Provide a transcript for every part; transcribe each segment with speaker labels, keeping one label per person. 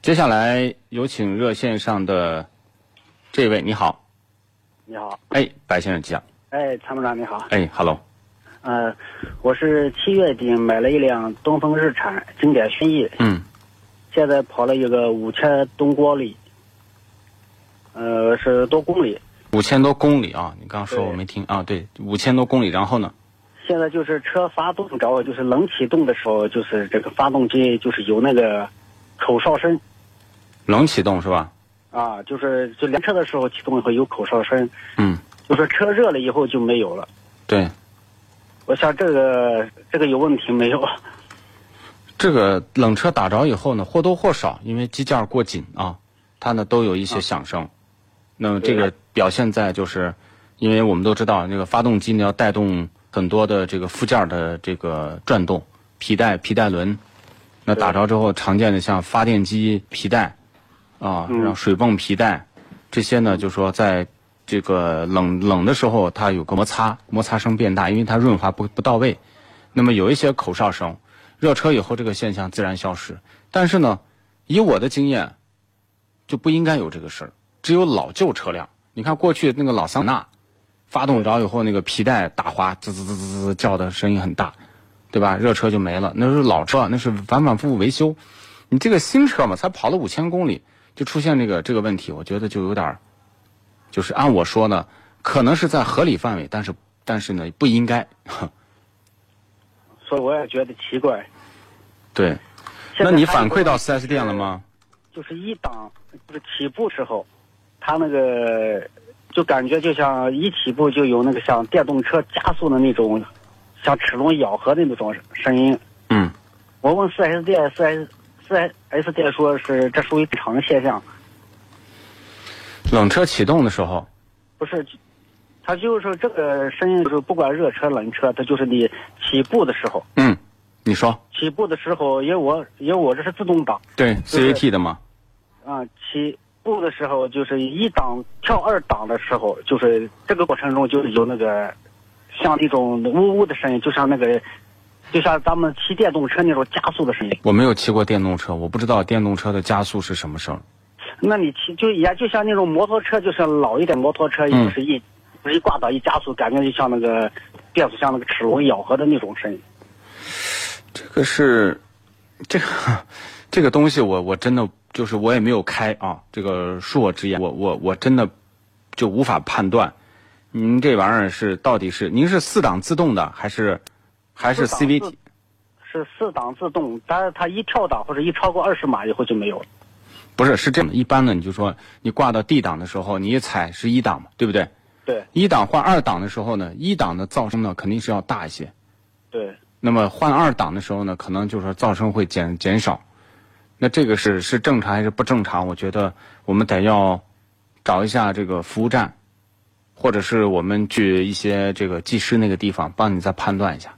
Speaker 1: 接下来有请热线上的这位，你好，
Speaker 2: 你好，
Speaker 1: 哎，白先生讲，
Speaker 2: 哎，参谋长你好，
Speaker 1: 哎，hello，
Speaker 2: 呃，我是七月底买了一辆东风日产经典轩逸，
Speaker 1: 嗯，
Speaker 2: 现在跑了一个五千多公里，呃，是多公里，
Speaker 1: 五千多公里啊，你刚刚说
Speaker 2: 对
Speaker 1: 我没听啊，对，五千多公里，然后呢，
Speaker 2: 现在就是车发动着火，就是冷启动的时候，就是这个发动机就是有那个口哨声
Speaker 1: 冷启动是吧？
Speaker 2: 啊，就是就连车的时候启动以后有口哨声，
Speaker 1: 嗯，
Speaker 2: 就是车热了以后就没有了。
Speaker 1: 对，
Speaker 2: 我想这个这个有问题没有？
Speaker 1: 这个冷车打着以后呢，或多或少，因为机件过紧啊，它呢都有一些响声。那么这个表现在就是，因为我们都知道，这个发动机呢要带动很多的这个附件的这个转动，皮带、皮带轮。那打着之后，常见的像发电机皮带啊，
Speaker 2: 嗯
Speaker 1: 然后水泵皮带，这些呢，就说在这个冷冷的时候，它有个摩擦，摩擦声变大，因为它润滑不不到位。那么有一些口哨声，热车以后这个现象自然消失。但是呢，以我的经验，就不应该有这个事儿。只有老旧车辆，你看过去那个老桑塔纳，发动着以后那个皮带打滑，滋滋滋滋滋叫的声音很大，对吧？热车就没了，那是老车，那是反反复复维修。你这个新车嘛，才跑了五千公里，就出现这个这个问题，我觉得就有点儿，就是按我说呢，可能是在合理范围，但是但是呢，不应该。
Speaker 2: 所以我也觉得奇怪。
Speaker 1: 对，那
Speaker 2: 现在
Speaker 1: 你
Speaker 2: 还有
Speaker 1: 反
Speaker 2: 一个
Speaker 1: 馈到 4S 店了吗？
Speaker 2: 就是一档就是起步时候，它那个就感觉就像一起步就有那个像电动车加速的那种，像齿轮咬合的那种声音。
Speaker 1: 嗯，
Speaker 2: 我问四 S 店，四 S 四 S 店说是这属于正常现象，
Speaker 1: 冷车启动的时候，
Speaker 2: 不是。它就是这个声音，就是不管热车冷车，它就是你起步的时候，
Speaker 1: 嗯，你说
Speaker 2: 起步的时候，因为我因为我这是自动挡
Speaker 1: 对
Speaker 2: 是
Speaker 1: CVT 的吗？
Speaker 2: 啊、起步的时候就是一档跳二档的时候，就是这个过程中就是有那个像那种呜呜的声音，就像那个就像咱们骑电动车那种加速的声音。
Speaker 1: 我没有骑过电动车，我不知道电动车的加速是什么声儿。
Speaker 2: 那你骑就也就像那种摩托车，就是老一点摩托车，
Speaker 1: 嗯
Speaker 2: 就是一、就是一挂档一加速，感觉就像那个变速箱那个齿轮咬合的那种声音。
Speaker 1: 这个是，这个 这个东西我，我真的就是我也没有开啊，这个恕我直言，我我我真的就无法判断，您这玩意儿是到底是您是四档自动的还是还是
Speaker 2: 四档
Speaker 1: CVT？
Speaker 2: 自是四档自动，但是它一跳档或者一超过二十码以后就没有了。
Speaker 1: 不是，是这样的，一般呢，你就说你挂到 D 档的时候，你一踩是一档嘛，对不对？
Speaker 2: 对
Speaker 1: 一档换二档的时候呢，一档的噪声呢肯定是要大一些，
Speaker 2: 对，
Speaker 1: 那么换二档的时候呢，可能就是说噪声会减减少。那这个是是正常还是不正常？我觉得我们得要找一下这个服务站，或者是我们去一些这个技师那个地方帮你再判断一下。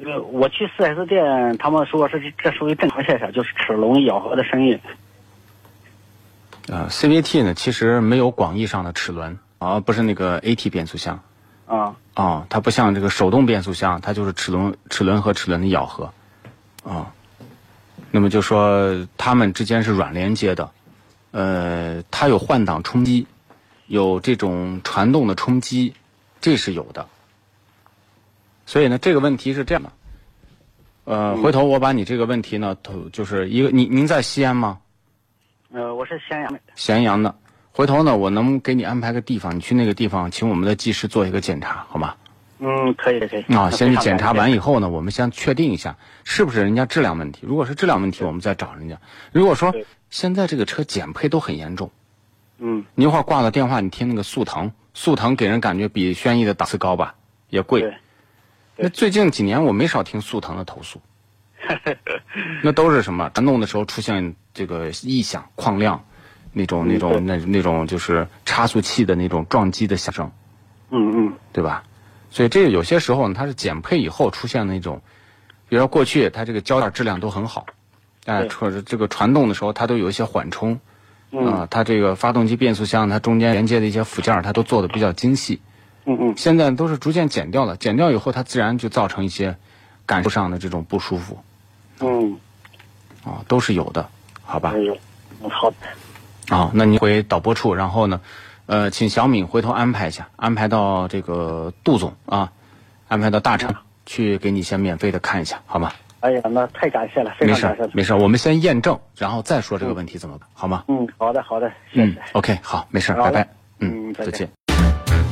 Speaker 2: 因为我去四 S 店，他们说是这属于正常现象，就是齿轮咬合的声音。
Speaker 1: 呃，CVT 呢其实没有广义上的齿轮啊，不是那个 AT 变速箱
Speaker 2: 啊，
Speaker 1: 啊、它不像这个手动变速箱，它就是齿轮齿轮和齿轮的咬合啊、那么就说它们之间是软连接的，呃，它有换挡冲击，有这种传动的冲击，这是有的。所以呢，这个问题是这样的，呃，回头我把你这个问题呢，头就是一个您您在西安吗？
Speaker 2: 呃，我是咸阳的，
Speaker 1: 咸阳的，回头呢，我能给你安排个地方，你去那个地方，请我们的技师做一个检查，好吗？
Speaker 2: 嗯，可以的，可以。
Speaker 1: 啊，
Speaker 2: 那
Speaker 1: 先
Speaker 2: 非
Speaker 1: 去
Speaker 2: 常
Speaker 1: 检查
Speaker 2: 感谢
Speaker 1: 完以后呢，我们先确定一下是不是人家质量问题。如果是质量问题，我们再找人家。如果说
Speaker 2: 对
Speaker 1: 现在这个车减配都很严重，
Speaker 2: 嗯，
Speaker 1: 你一会儿挂了电话，你听那个速腾，速腾给人感觉比轩逸的档次高吧，也贵
Speaker 2: 对。
Speaker 1: 那最近几年我没少听速腾的投 诉，那都是什么？传动的时候出现这个异响、旷亮，那种、那种、
Speaker 2: 嗯
Speaker 1: 那那种就是差速器的那种撞击的响声，
Speaker 2: 嗯嗯，
Speaker 1: 对吧？所以这个有些时候呢，它是减配以后出现的那种，比如说过去它这个胶带质量都很好，哎，
Speaker 2: 对
Speaker 1: 或者这个传动的时候它都有一些缓冲，
Speaker 2: 嗯
Speaker 1: 啊、它这个发动机、变速箱，它中间连接的一些附件儿，它都做的比较精细。
Speaker 2: 嗯嗯，
Speaker 1: 现在都是逐渐减掉了，减掉以后，它自然就造成一些感受上的这种不舒服
Speaker 2: 嗯，
Speaker 1: 啊、都是有的，好吧
Speaker 2: 哎？呦，好的，
Speaker 1: 啊、那你回导播处，然后呢，呃，请小敏回头安排一下，安排到这个杜总啊，安排到大
Speaker 2: 嗯
Speaker 1: 厂去给你先免费的看一下，好吗？
Speaker 2: 哎呀，那太感谢了，非
Speaker 1: 没
Speaker 2: 常
Speaker 1: 事
Speaker 2: 感
Speaker 1: 儿
Speaker 2: 谢。
Speaker 1: 没事儿，我们先验证，然后再说这个问题怎么办，好吗？
Speaker 2: 嗯，好的好的，谢
Speaker 1: 嗯
Speaker 2: 谢。
Speaker 1: ，OK，好，没事儿，
Speaker 2: 好
Speaker 1: 拜
Speaker 2: 嘞
Speaker 1: 拜，嗯，
Speaker 2: 嗯再
Speaker 1: 再
Speaker 2: 见
Speaker 1: 见。